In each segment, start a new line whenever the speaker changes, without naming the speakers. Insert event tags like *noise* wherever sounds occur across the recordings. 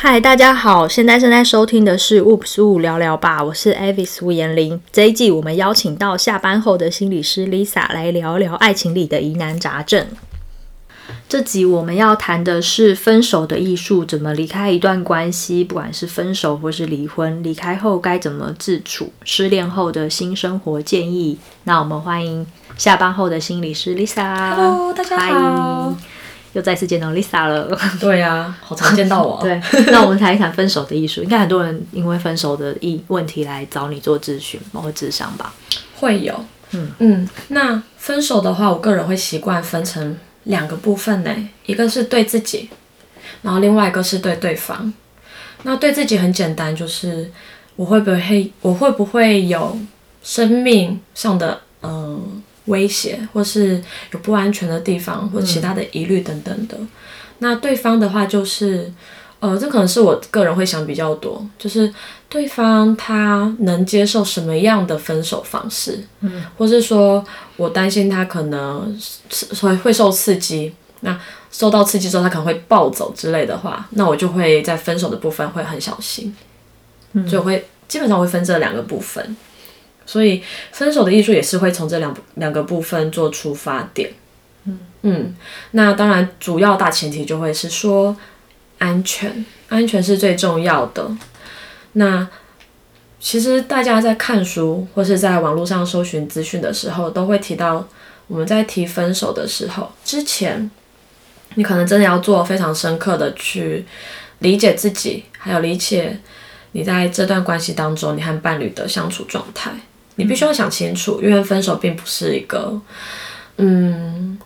嗨，大家好，现在正在收听的是《Oops 五聊聊吧》，我是 Avis 吴延玲。这一季我们邀请到下班后的心理师 Lisa 来聊聊爱情里的疑难杂症。这集我们要谈的是分手的艺术，怎么离开一段关系，不管是分手或是离婚，离开后该怎么自处，失恋后的新生活建议。那我们欢迎下班后的心理师 Lisa。
Hello，大家好。
又再次见到 Lisa 了。
对啊，好常见到我、 *laughs* 啊。
对，那我们谈一谈分手的艺术。应该很多人因为分手的艺问题来找你做咨询或智商吧？
会有，嗯嗯。那分手的话，我个人会习惯分成两个部分呢，一个是对自己，然后另外一个是对对方。那对自己很简单，就是我会不会我会不会有生命上的嗯。呃威胁，或是有不安全的地方，或其他的疑虑等等的。嗯、那对方的话就是，呃，这可能是我个人会想比较多，就是对方他能接受什么样的分手方式，嗯，或是说我担心他可能会会受刺激，那受到刺激之后他可能会暴走之类的话，那我就会在分手的部分会很小心，嗯，所以我会基本上会分这两个部分。所以，分手的艺术也是会从这两两个部分做出发点。嗯嗯，那当然，主要大前提就会是说安全，安全是最重要的。那其实大家在看书或是在网络上搜寻资讯的时候，都会提到我们在提分手的时候之前，你可能真的要做非常深刻的去理解自己，还有理解你在这段关系当中你和伴侣的相处状态。你必须要想清楚，因为分手并不是一个，嗯，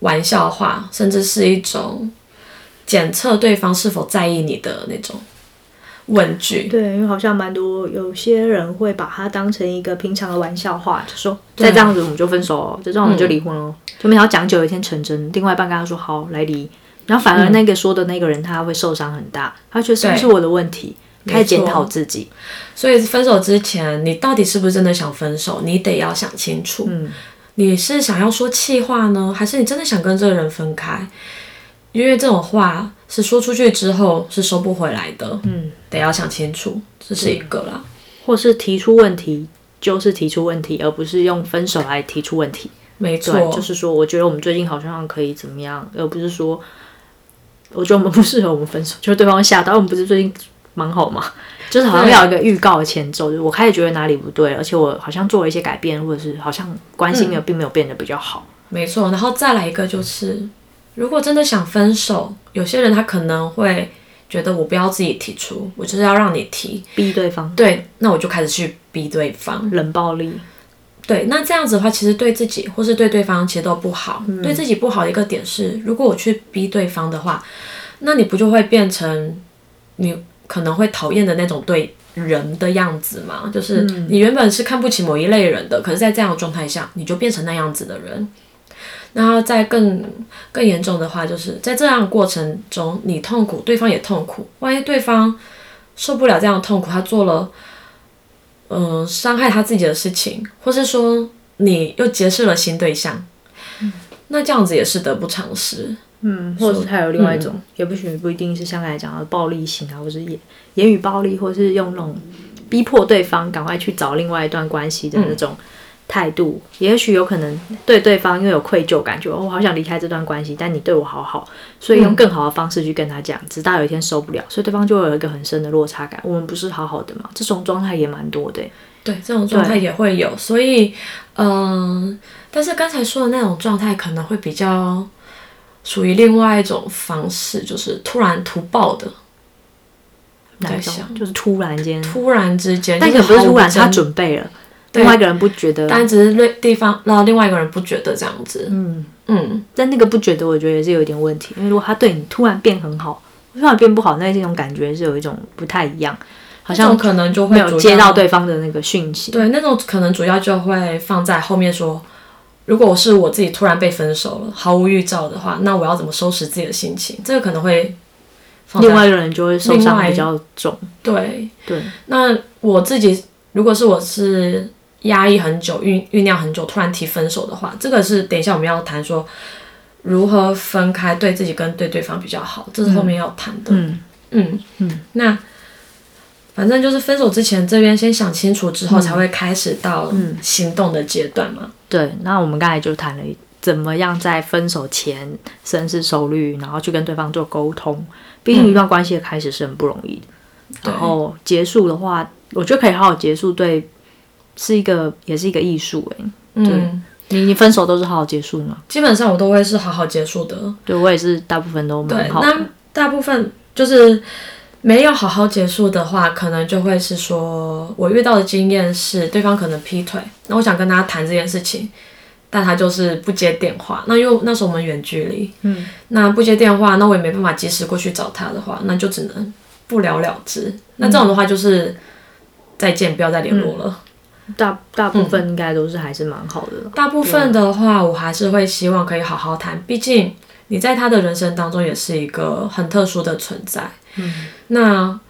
玩笑话，甚至是一种嗯检测对方是否在意你的那种问句。
对，因为好像蛮多有些人会把它当成一个平常的玩笑话，就说再这样子我们就分手哦，再这样我们就离婚哦，啊嗯、就没想到讲久有一天成真，另外一半跟他说好来离，然后反而那个说的那个人他会受伤很大，他觉得是不是我的问题？开始检讨自己，
所以分手之前，你到底是不是真的想分手？你得要想清楚，嗯、你是想要说气话呢，还是你真的想跟这个人分开？因为这种话是说出去之后是收不回来的，嗯，得要想清楚，这是一个啦。
或是提出问题，就是提出问题，而不是用分手来提出问题。
没错，
就是说，我觉得我们最近好像可以怎么样，而不是说，我觉得我们不适合，我们分手，就是对方吓到我们不是最近。蛮好嘛， *laughs* 就是好像要一个预告的前奏，就是我开始觉得哪里不对，而且我好像做了一些改变，或者是好像关系没有、嗯、并没有变得比较好。
没错，然后再来一个就是，如果真的想分手，有些人他可能会觉得我不要自己提出，我就是要让你提，
逼对方。
对，那我就开始去逼对方，
冷暴力。
对，那这样子的话，其实对自己或是对对方其实都不好。嗯、对自己不好的一个点是，如果我去逼对方的话，那你不就会变成你。可能会讨厌的那种对人的样子嘛，就是你原本是看不起某一类人的，可是，在这样的状态下，你就变成那样子的人。然后，再更更严重的话，就是在这样的过程中，你痛苦，对方也痛苦。万一对方受不了这样的痛苦，他做了嗯、呃、伤害他自己的事情，或是说你又结识了新对象，嗯、那这样子也是得不偿失。
嗯，或者是还有另外一种，嗯、也不许不一定是像刚才讲的暴力型啊，或是言言语暴力，或是用那种逼迫对方赶快去找另外一段关系的那种态度。嗯、也许有可能对对方因为有愧疚感觉，哦，我好想离开这段关系，但你对我好好，所以用更好的方式去跟他讲，直到有一天受不了，所以对方就会有一个很深的落差感。我们不是好好的嘛？这种状态也蛮多的、欸。
对，这种状态也会有。所以，嗯、呃，但是刚才说的那种状态可能会比较。属于另外一种方式，就是突然突爆的，
哪种？就是突然间，
突然之间，
嗯但
也
不是突然，他准备了，另外一个人不觉得，
但只是对地方，然后另外一个人不觉得这样子，嗯
嗯。嗯但那个不觉得，我觉得也是有一点问题，因为如果他对你突然变很好，突然变不好，那这种感觉是有一种不太一样，好像
可能就
会没有接到对方的那个讯息，
对，那种可能主要就会放在后面说。如果我是我自己突然被分手了，毫无预兆的话，那我要怎么收拾自己的心情？这个可能会
另外一个人就会受伤比较重。
对
对。对
那我自己如果是我是压抑很久、酝酝酿很久，突然提分手的话，这个是等一下我们要谈说如何分开，对自己跟对对方比较好，这是后面要谈的。
嗯，
嗯嗯，那反正就是分手之前这边先想清楚之后，才会开始到行动的阶段嘛。
对，那我们刚才就谈了怎么样在分手前深思熟虑，然后去跟对方做沟通。毕竟一段关系的开始是很不容易的，
对
然后结束的话，我觉得可以好好结束，对，是一个也是一个艺术哎、
嗯，
你你分手都是好好结束吗？
基本上我都会是好好结束的。
对我也是，大部分都
对
蛮，好。
那大部分就是没有好好结束的话，可能就会是说我遇到的经验是对方可能劈腿，那我想跟他谈这件事情，但他就是不接电话。那因为那时候我们远距离，嗯，那不接电话，那我也没办法及时过去找他的话，那就只能不了了之。那这种的话就是再见，不要再联络了。
大大部分应该都是还是蛮好的。
大部分的话，我还是会希望可以好好谈，毕竟你在他的人生当中也是一个很特殊的存在。嗯，那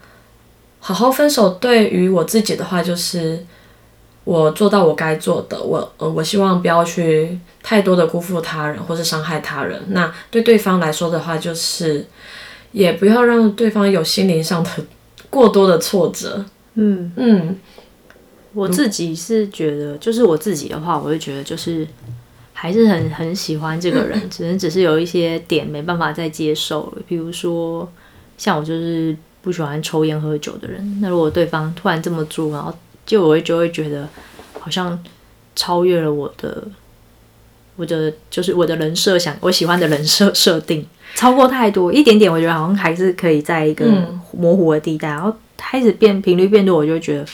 好好分手对于我自己的话，就是我做到我该做的，我呃，我希望不要去太多的辜负他人或是伤害他人。那对对方来说的话，就是也不要让对方有心灵上的过多的挫折。嗯嗯，
我自己是觉得，就是我自己的话，我会觉得就是还是很很喜欢这个 *laughs* 人，只是只是有一些点没办法再接受了，比如说像我就是不喜欢抽烟喝酒的人，那如果对方突然这么做，然后就我会就会觉得好像超越了我的。我的就是我的人设想，我喜欢的人设设定 *laughs* 超过太多一点点，我觉得好像还是可以在一个模糊的地带，然后开始变频率变多，我就会觉得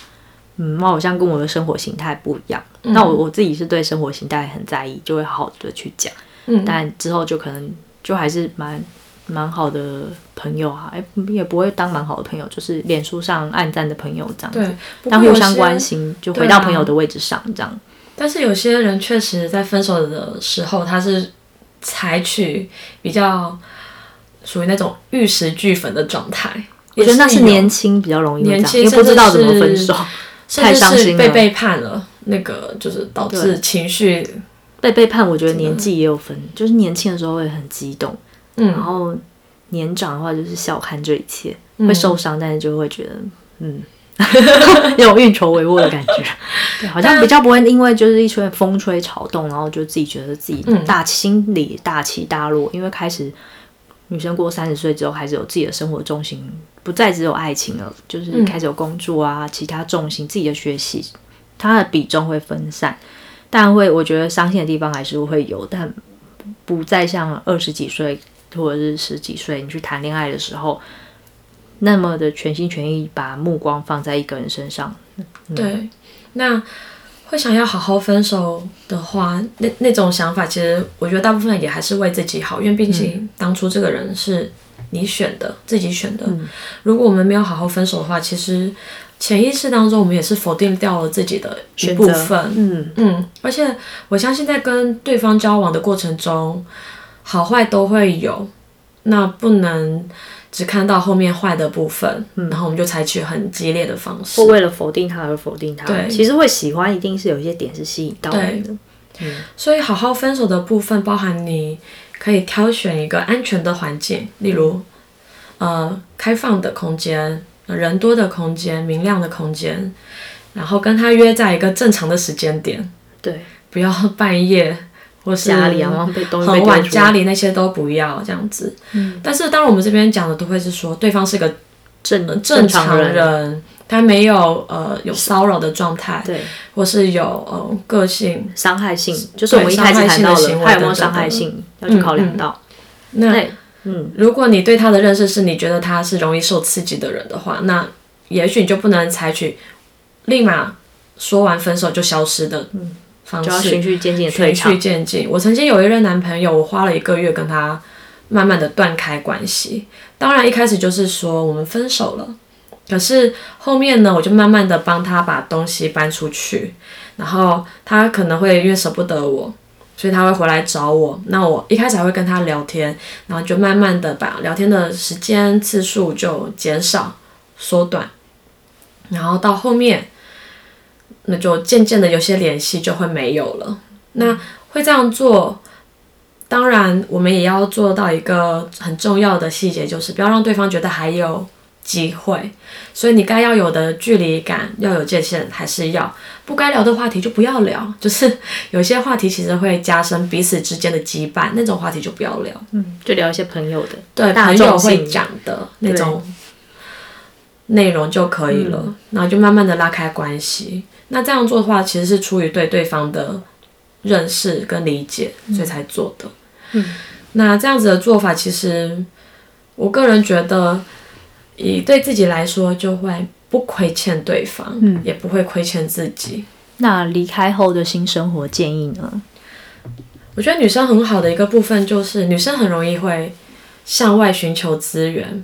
嗯，那好像跟我的生活形态不一样。
嗯
那我我自己是对生活形态很在意，就会好好的去讲。
嗯
但之后就可能就还是蛮蛮好的朋友啊，哎、也不会当蛮好的朋友，就是脸书上暗赞的朋友这样子。
对，不
但
过有
互相
些
关心，就回
对
到
啊
朋友的位置上这样。
但是有些人确实在分手的时候，他是采取比较属于那种玉石俱焚的状态。
我觉得那
也
是
有
年轻比较容易会这
年
样，
轻
因为不知道怎么
甚至
分
是
手，太
甚至
伤心
是被
了
背叛了，那个就是导致情绪
被背叛。我觉得年纪也有分，就是年轻的时候会很激动，然
嗯
后年长的话就是笑看这一切，会受伤，但是就会觉得嗯， *laughs* 有种运筹帷幄的感觉，对，好像比较不会因为就是一圈风吹草动，然后就自己觉得自己大心里大起大落，因为开始女生过三十岁之后，开始有自己的生活重心，不再只有爱情了，就是开始有工作啊，其他重心，自己的学习，它的比重会分散，但会我觉得伤心的地方还是会有，但不再像二十几岁或者是十几岁你去谈恋爱的时候。那么的全心全意把目光放在一个人身上，
对。那会想要好好分手的话，那那种想法，其实我觉得大部分人也还是为自己好，因为毕竟当初这个人是你选的，自己选的。如果我们没有好好分手的话，其实潜意识当中我们也是否定掉了自己的一部分。
嗯，
嗯，而且我相信在跟对方交往的过程中，好坏都会有，那不能只看到后面坏的部分，然后我们就采取很激烈的方式
会。为了否定他而否定他。
对
其实会喜欢，一定是有一些点是吸引到人的。
所以，好好分手的部分包含你可以挑选一个安全的环境，例如，
嗯
呃，开放的空间、人多的空间、明亮的空间，然后跟他约在一个正常的时间点，
对，
不要半夜或是
家里啊，然后被东西被
很
丢
晚，
出
家里那些都不要这样子。嗯，但是当然我们这边讲的都会是说对方是个
正
正
常
常人，他没有呃有骚扰的状态，
对
或是有呃个性。
伤害性，就是我们一开始谈到
伤害性的行
了，
为
他有没有
等等
伤害性，要去考量到。
嗯那
对
如果你对他的认识是你觉得他是容易受刺激的人的话，那也许你就不能采取立马说完分手就消失的方
嗯就要
式，
循序渐进的退
嗯循
场
序。渐进。我曾经有一任男朋友，我花了一个月跟他慢慢的断开关系。当然一开始就是说我们分手了，可是后面呢，我就慢慢的帮他把东西搬出去，然后他可能会因为舍不得我。所以他会回来找我，那我一开始还会跟他聊天，然后就慢慢的把聊天的时间次数就减少、缩短，然后到后面，那就渐渐的有些联系就会没有了。那会这样做，当然我们也要做到一个很重要的细节，就是不要让对方觉得还有机会，所以你该要有的距离感，要有界限，还是要不该聊的话题就不要聊。就是 *laughs* 有些话题其实会加深彼此之间的羁绊，那种话题就不要聊。
嗯，就聊一些朋友的，
对，
大
朋
众
友会
性
讲的那种内容就可以
嗯
了，然后就慢慢的拉开关系。那这样做的话，其实是出于对对方的认识跟理解，所以才做的。嗯，那这样子的做法，其实我个人觉得，以对自己来说，就会不亏欠对方，嗯、也不会亏欠自己。
那离开后的新生活建议呢？
我觉得女生很好的一个部分就是，女生很容易会向外寻求资源，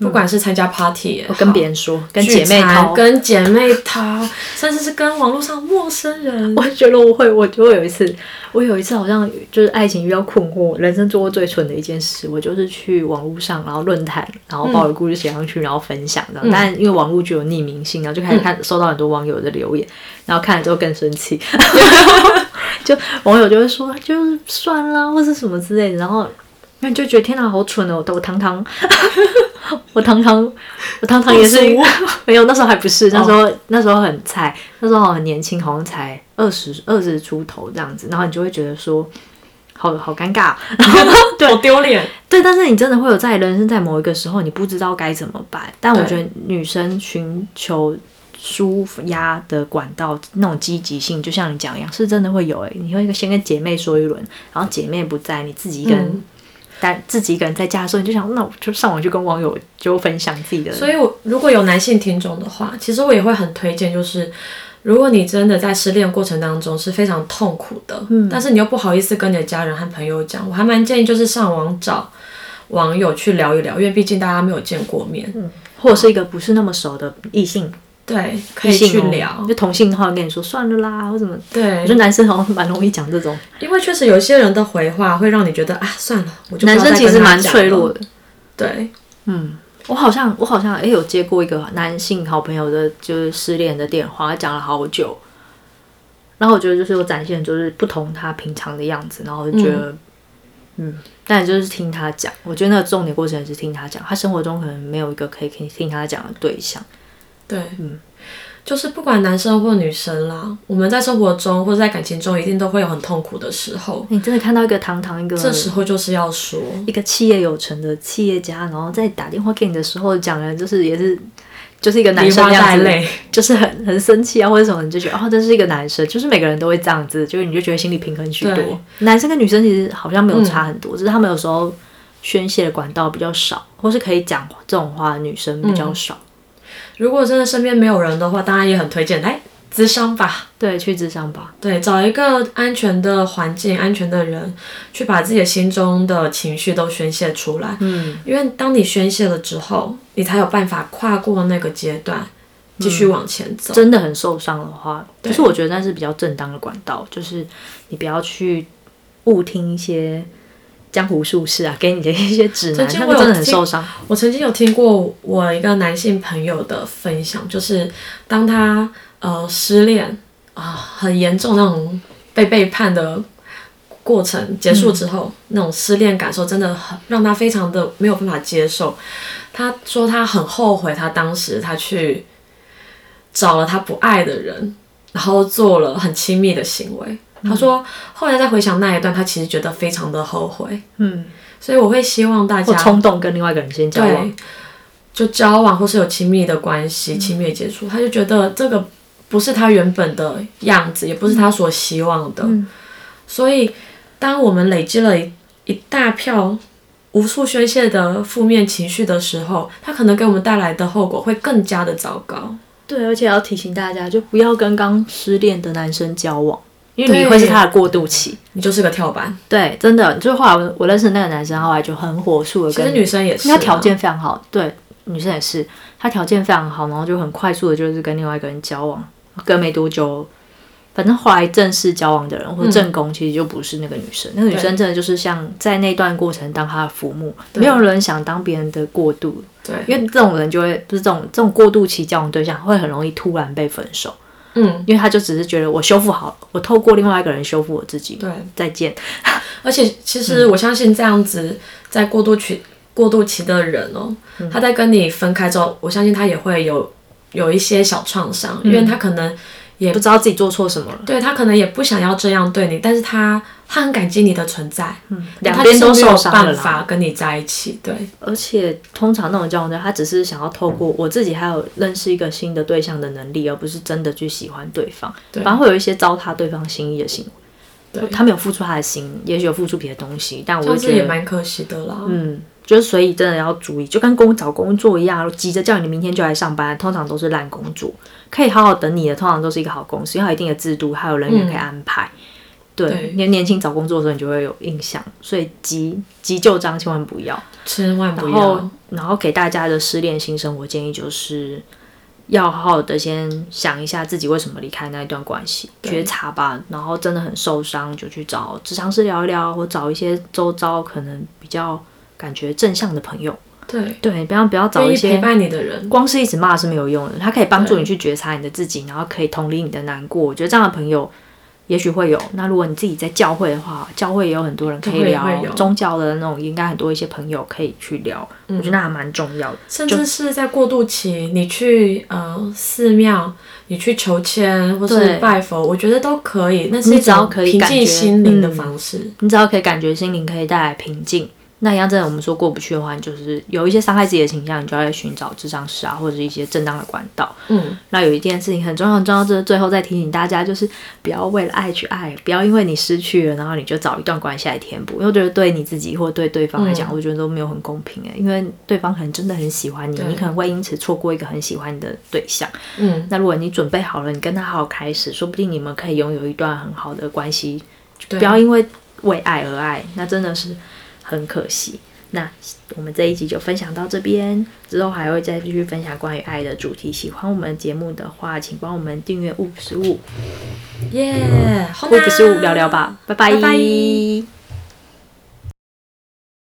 不管是参加 party 也好
嗯跟别人说，跟姐妹
聚餐
淘。
跟姐妹淘，甚至是跟网络上陌生人。
我觉得我会，我就会有一次，我有一次好像就是爱情遇到困惑，人生做过最蠢的一件事，我就是去网络上，然后论坛，然后把我的故事写上去，然后分享这样。但因为网络具有匿名性，然后就开始看、收到很多网友的留言，然后看了之后更生气， *laughs* 就网友就会说就是算啦，或是什么之类的，然后。那你就觉得天哪，好蠢哦！我堂堂， *laughs* 我堂堂，我堂堂也是一个没有，那时候还不是，那时候、那时候很菜，那时候很年轻，好像才二十二十出头这样子，然后你就会觉得说，好好尴尬，然后
好丢脸。
*laughs* 对，但是你真的会有在人生在某一个时候，你不知道该怎么办。但我觉得女生寻求舒压的管道，那种积极性，就像你讲一样，是真的会有诶、欸你会先跟姐妹说一轮，然后姐妹不在，你自己一个人
嗯
单、自己一个人在家的时候，你就想，那我就上网去跟网友就分享自己的。
嗯所以我如果有男性听众的话，其实我也会很推荐，就是如果你真的在失恋过程当中是非常痛苦的，
嗯
但是你又不好意思跟你的家人和朋友讲，我还蛮建议就是上网找网友去聊一聊，因为毕竟大家没有见过面，
或者是一个不是那么熟的异性，
对，
嗯
可
异
以
性
去
哦
聊，
就同性的话，跟你说算了啦，或怎么。我
对
觉，得男生好像蛮容易讲这种，
因为确实有些人的回话会让你觉得啊，算了，我就不
*laughs*
要
男生
再
其实
跟他
蛮
讲
脆
了
弱的。嗯
对，
我好像我好像诶有接过一个男性好朋友的，就是失恋的电话，讲了好久。然后我觉得就是有展现就是不同他平常的样子，然后我就觉得，嗯但就是听他讲，我觉得那个重点过程是听他讲，他生活中可能没有一个可以可以听他讲的对象。
对，
嗯
就是不管男生或女生啦，我们在生活中或者在感情中，一定都会有很痛苦的时候，
你真的看到一个堂堂一个
这时候就是要说，
一个企业有成的企业家，然后在打电话给你的时候讲的，就是也是就是一个男
梨
生
花
的样
带
子，
泪，
就是很很生气啊，或者什么，你就觉得哦，这是一个男生，就是每个人都会这样子，就是你就觉得心里平衡许
对嗯
多。男生跟女生其实好像没有差很多，只是他们有时候宣泄的管道比较少，或是可以讲这种话的女生比
嗯
较少。
如果真的身边没有人的话，当然也很推荐来咨商吧。
对，去智商吧，
对，找一个安全的环境、安全的人，去把自己的心中的情绪都宣泄出来。嗯，因为当你宣泄了之后，你才有办法跨过那个阶段，继
嗯
续往前走。
真的很受伤的话，就是我觉得那是比较正当的管道，就是你不要去误听一些江湖术士啊给你的一些指南，
最近
那
我
个
有
真的很
听
受伤。
我曾经有听过我一个男性朋友的分享，就是当他呃失恋啊、很严重那种被背叛的过程结束之后，那种失恋感受真的很让他非常的没有办法接受。他说他很后悔，他当时他去找了他不爱的人，然后做了很亲密的行为。他说后来再回想那一段，他其实觉得非常的后悔。
嗯，
所以我会希望大
或
家
冲动跟另外一个人先交往，
对，就交往或是有亲密的关系、亲密的接触，他就觉得这个不是他原本的样子，也不是他所希望的。所以，当我们累积了一一大票无数宣泄的负面情绪的时候，它可能给我们带来的后果会更加的糟糕。
对，而且要提醒大家，就不要跟刚失恋的男生交往，因为你
对
会是他的过渡期。
你就是个跳板，
对，真的，就是后来我我认识的那个男生，后来就很火速的
其实
跟，
女生也是、啊，
他条件非常好，对，女生也是，他条件非常好，然后就很快速的，就是跟另外一个人交往，隔没多久，反正后来正式交往的人或者正宫，其实就不是那个女生，那个女生真的就是像在那段过程当他的浮木，没有人想当别人的过渡，
对，
因为这种人就会不是这种这种过渡期交往对象会很容易突然被分手。
嗯，
因为他就只是觉得我修复好了，我透过另外一个人修复我自己。
对，
再见。嗯
而且其实我相信这样子在过渡期过渡期的人哦，
嗯
他在跟你分开之后，我相信他也会有有一些小创伤，
嗯
因为他可能
不知道自己做错什么了，
对他可能也不想要这样对你，但是他他很感激你的存在，
嗯两
他
边
就
都
是没
受
有
伤了
办
啦。
法跟你在一起，对，
而且通常那种交往对象，他只是想要透过我自己还有认识一个新的对象的能力，而不是真的去喜欢对方，
对
反而会有一些糟蹋对方心意的行为。
对
他没有付出他的心，也许有付出别的东西，但我
但
会
是
觉
也
得，
蛮可惜的啦，
嗯，就是所以真的要注意，就跟工找工作一样，急着叫你明天就来上班，通常都是烂工作。可以好好等你的，通常都是一个好公司，因为它有一定的制度，还有人员可以安排。对
嗯对，
你年轻找工作的时候，你就会有印象，所以急急救章千万不要。
千万不
然后
要，，
然后给大家的失恋新生活建议就是，要好好的先想一下自己为什么离开那一段关系，觉察吧。然后真的很受伤，就去找职场师聊一聊，或找一些周遭可能比较感觉正向的朋友。
对，
对，不要不要找
愿
一
意陪
些。
伴你的人，
光是一直骂是没有用的，他可以帮助你去觉察你的自己，然后可以同理你的难过。我觉得这样的朋友也许会有。那如果你自己在教会的话，教会也有很多人可以
教会也
聊
会有
宗教的那种，应该很多一些朋友可以去聊。我觉得那还蛮重要的。嗯
甚至是在过渡期，你去呃寺庙，你去求签或
对
是拜佛，我觉得都可以，那是
你
一
只要
种
可以
平
感觉
静心灵的
嗯
方式。
你只要可以感觉心灵可以带来平
嗯
静，那一样真的我们说过不去的话，你就是有一些伤害自己的倾向，你就要去寻找智商师啊，或者是一些正当的管道。
嗯，
那有一件事情很重要，很重要，就是最后再提醒大家，就是不要为了爱去爱，不要因为你失去了，然后你就找一段关系来填补，因为我觉得对你自己或对对方来讲，我觉得都没有很公平诶，欸因为对方可能真的很喜欢你，
对
你可能会因此错过一个很喜欢你的对象。
嗯，
那如果你准备好了，你跟他好好开始，说不定你们可以拥有一段很好的关系，
对，
不要因为为爱而爱，那真的是很可惜。那我们这一集就分享到这边，之后还会再继续分享关于爱的主题。喜欢我们节目的话，请帮我们订阅“物不是物
耶，”，“
物不是物”聊聊吧，拜
拜拜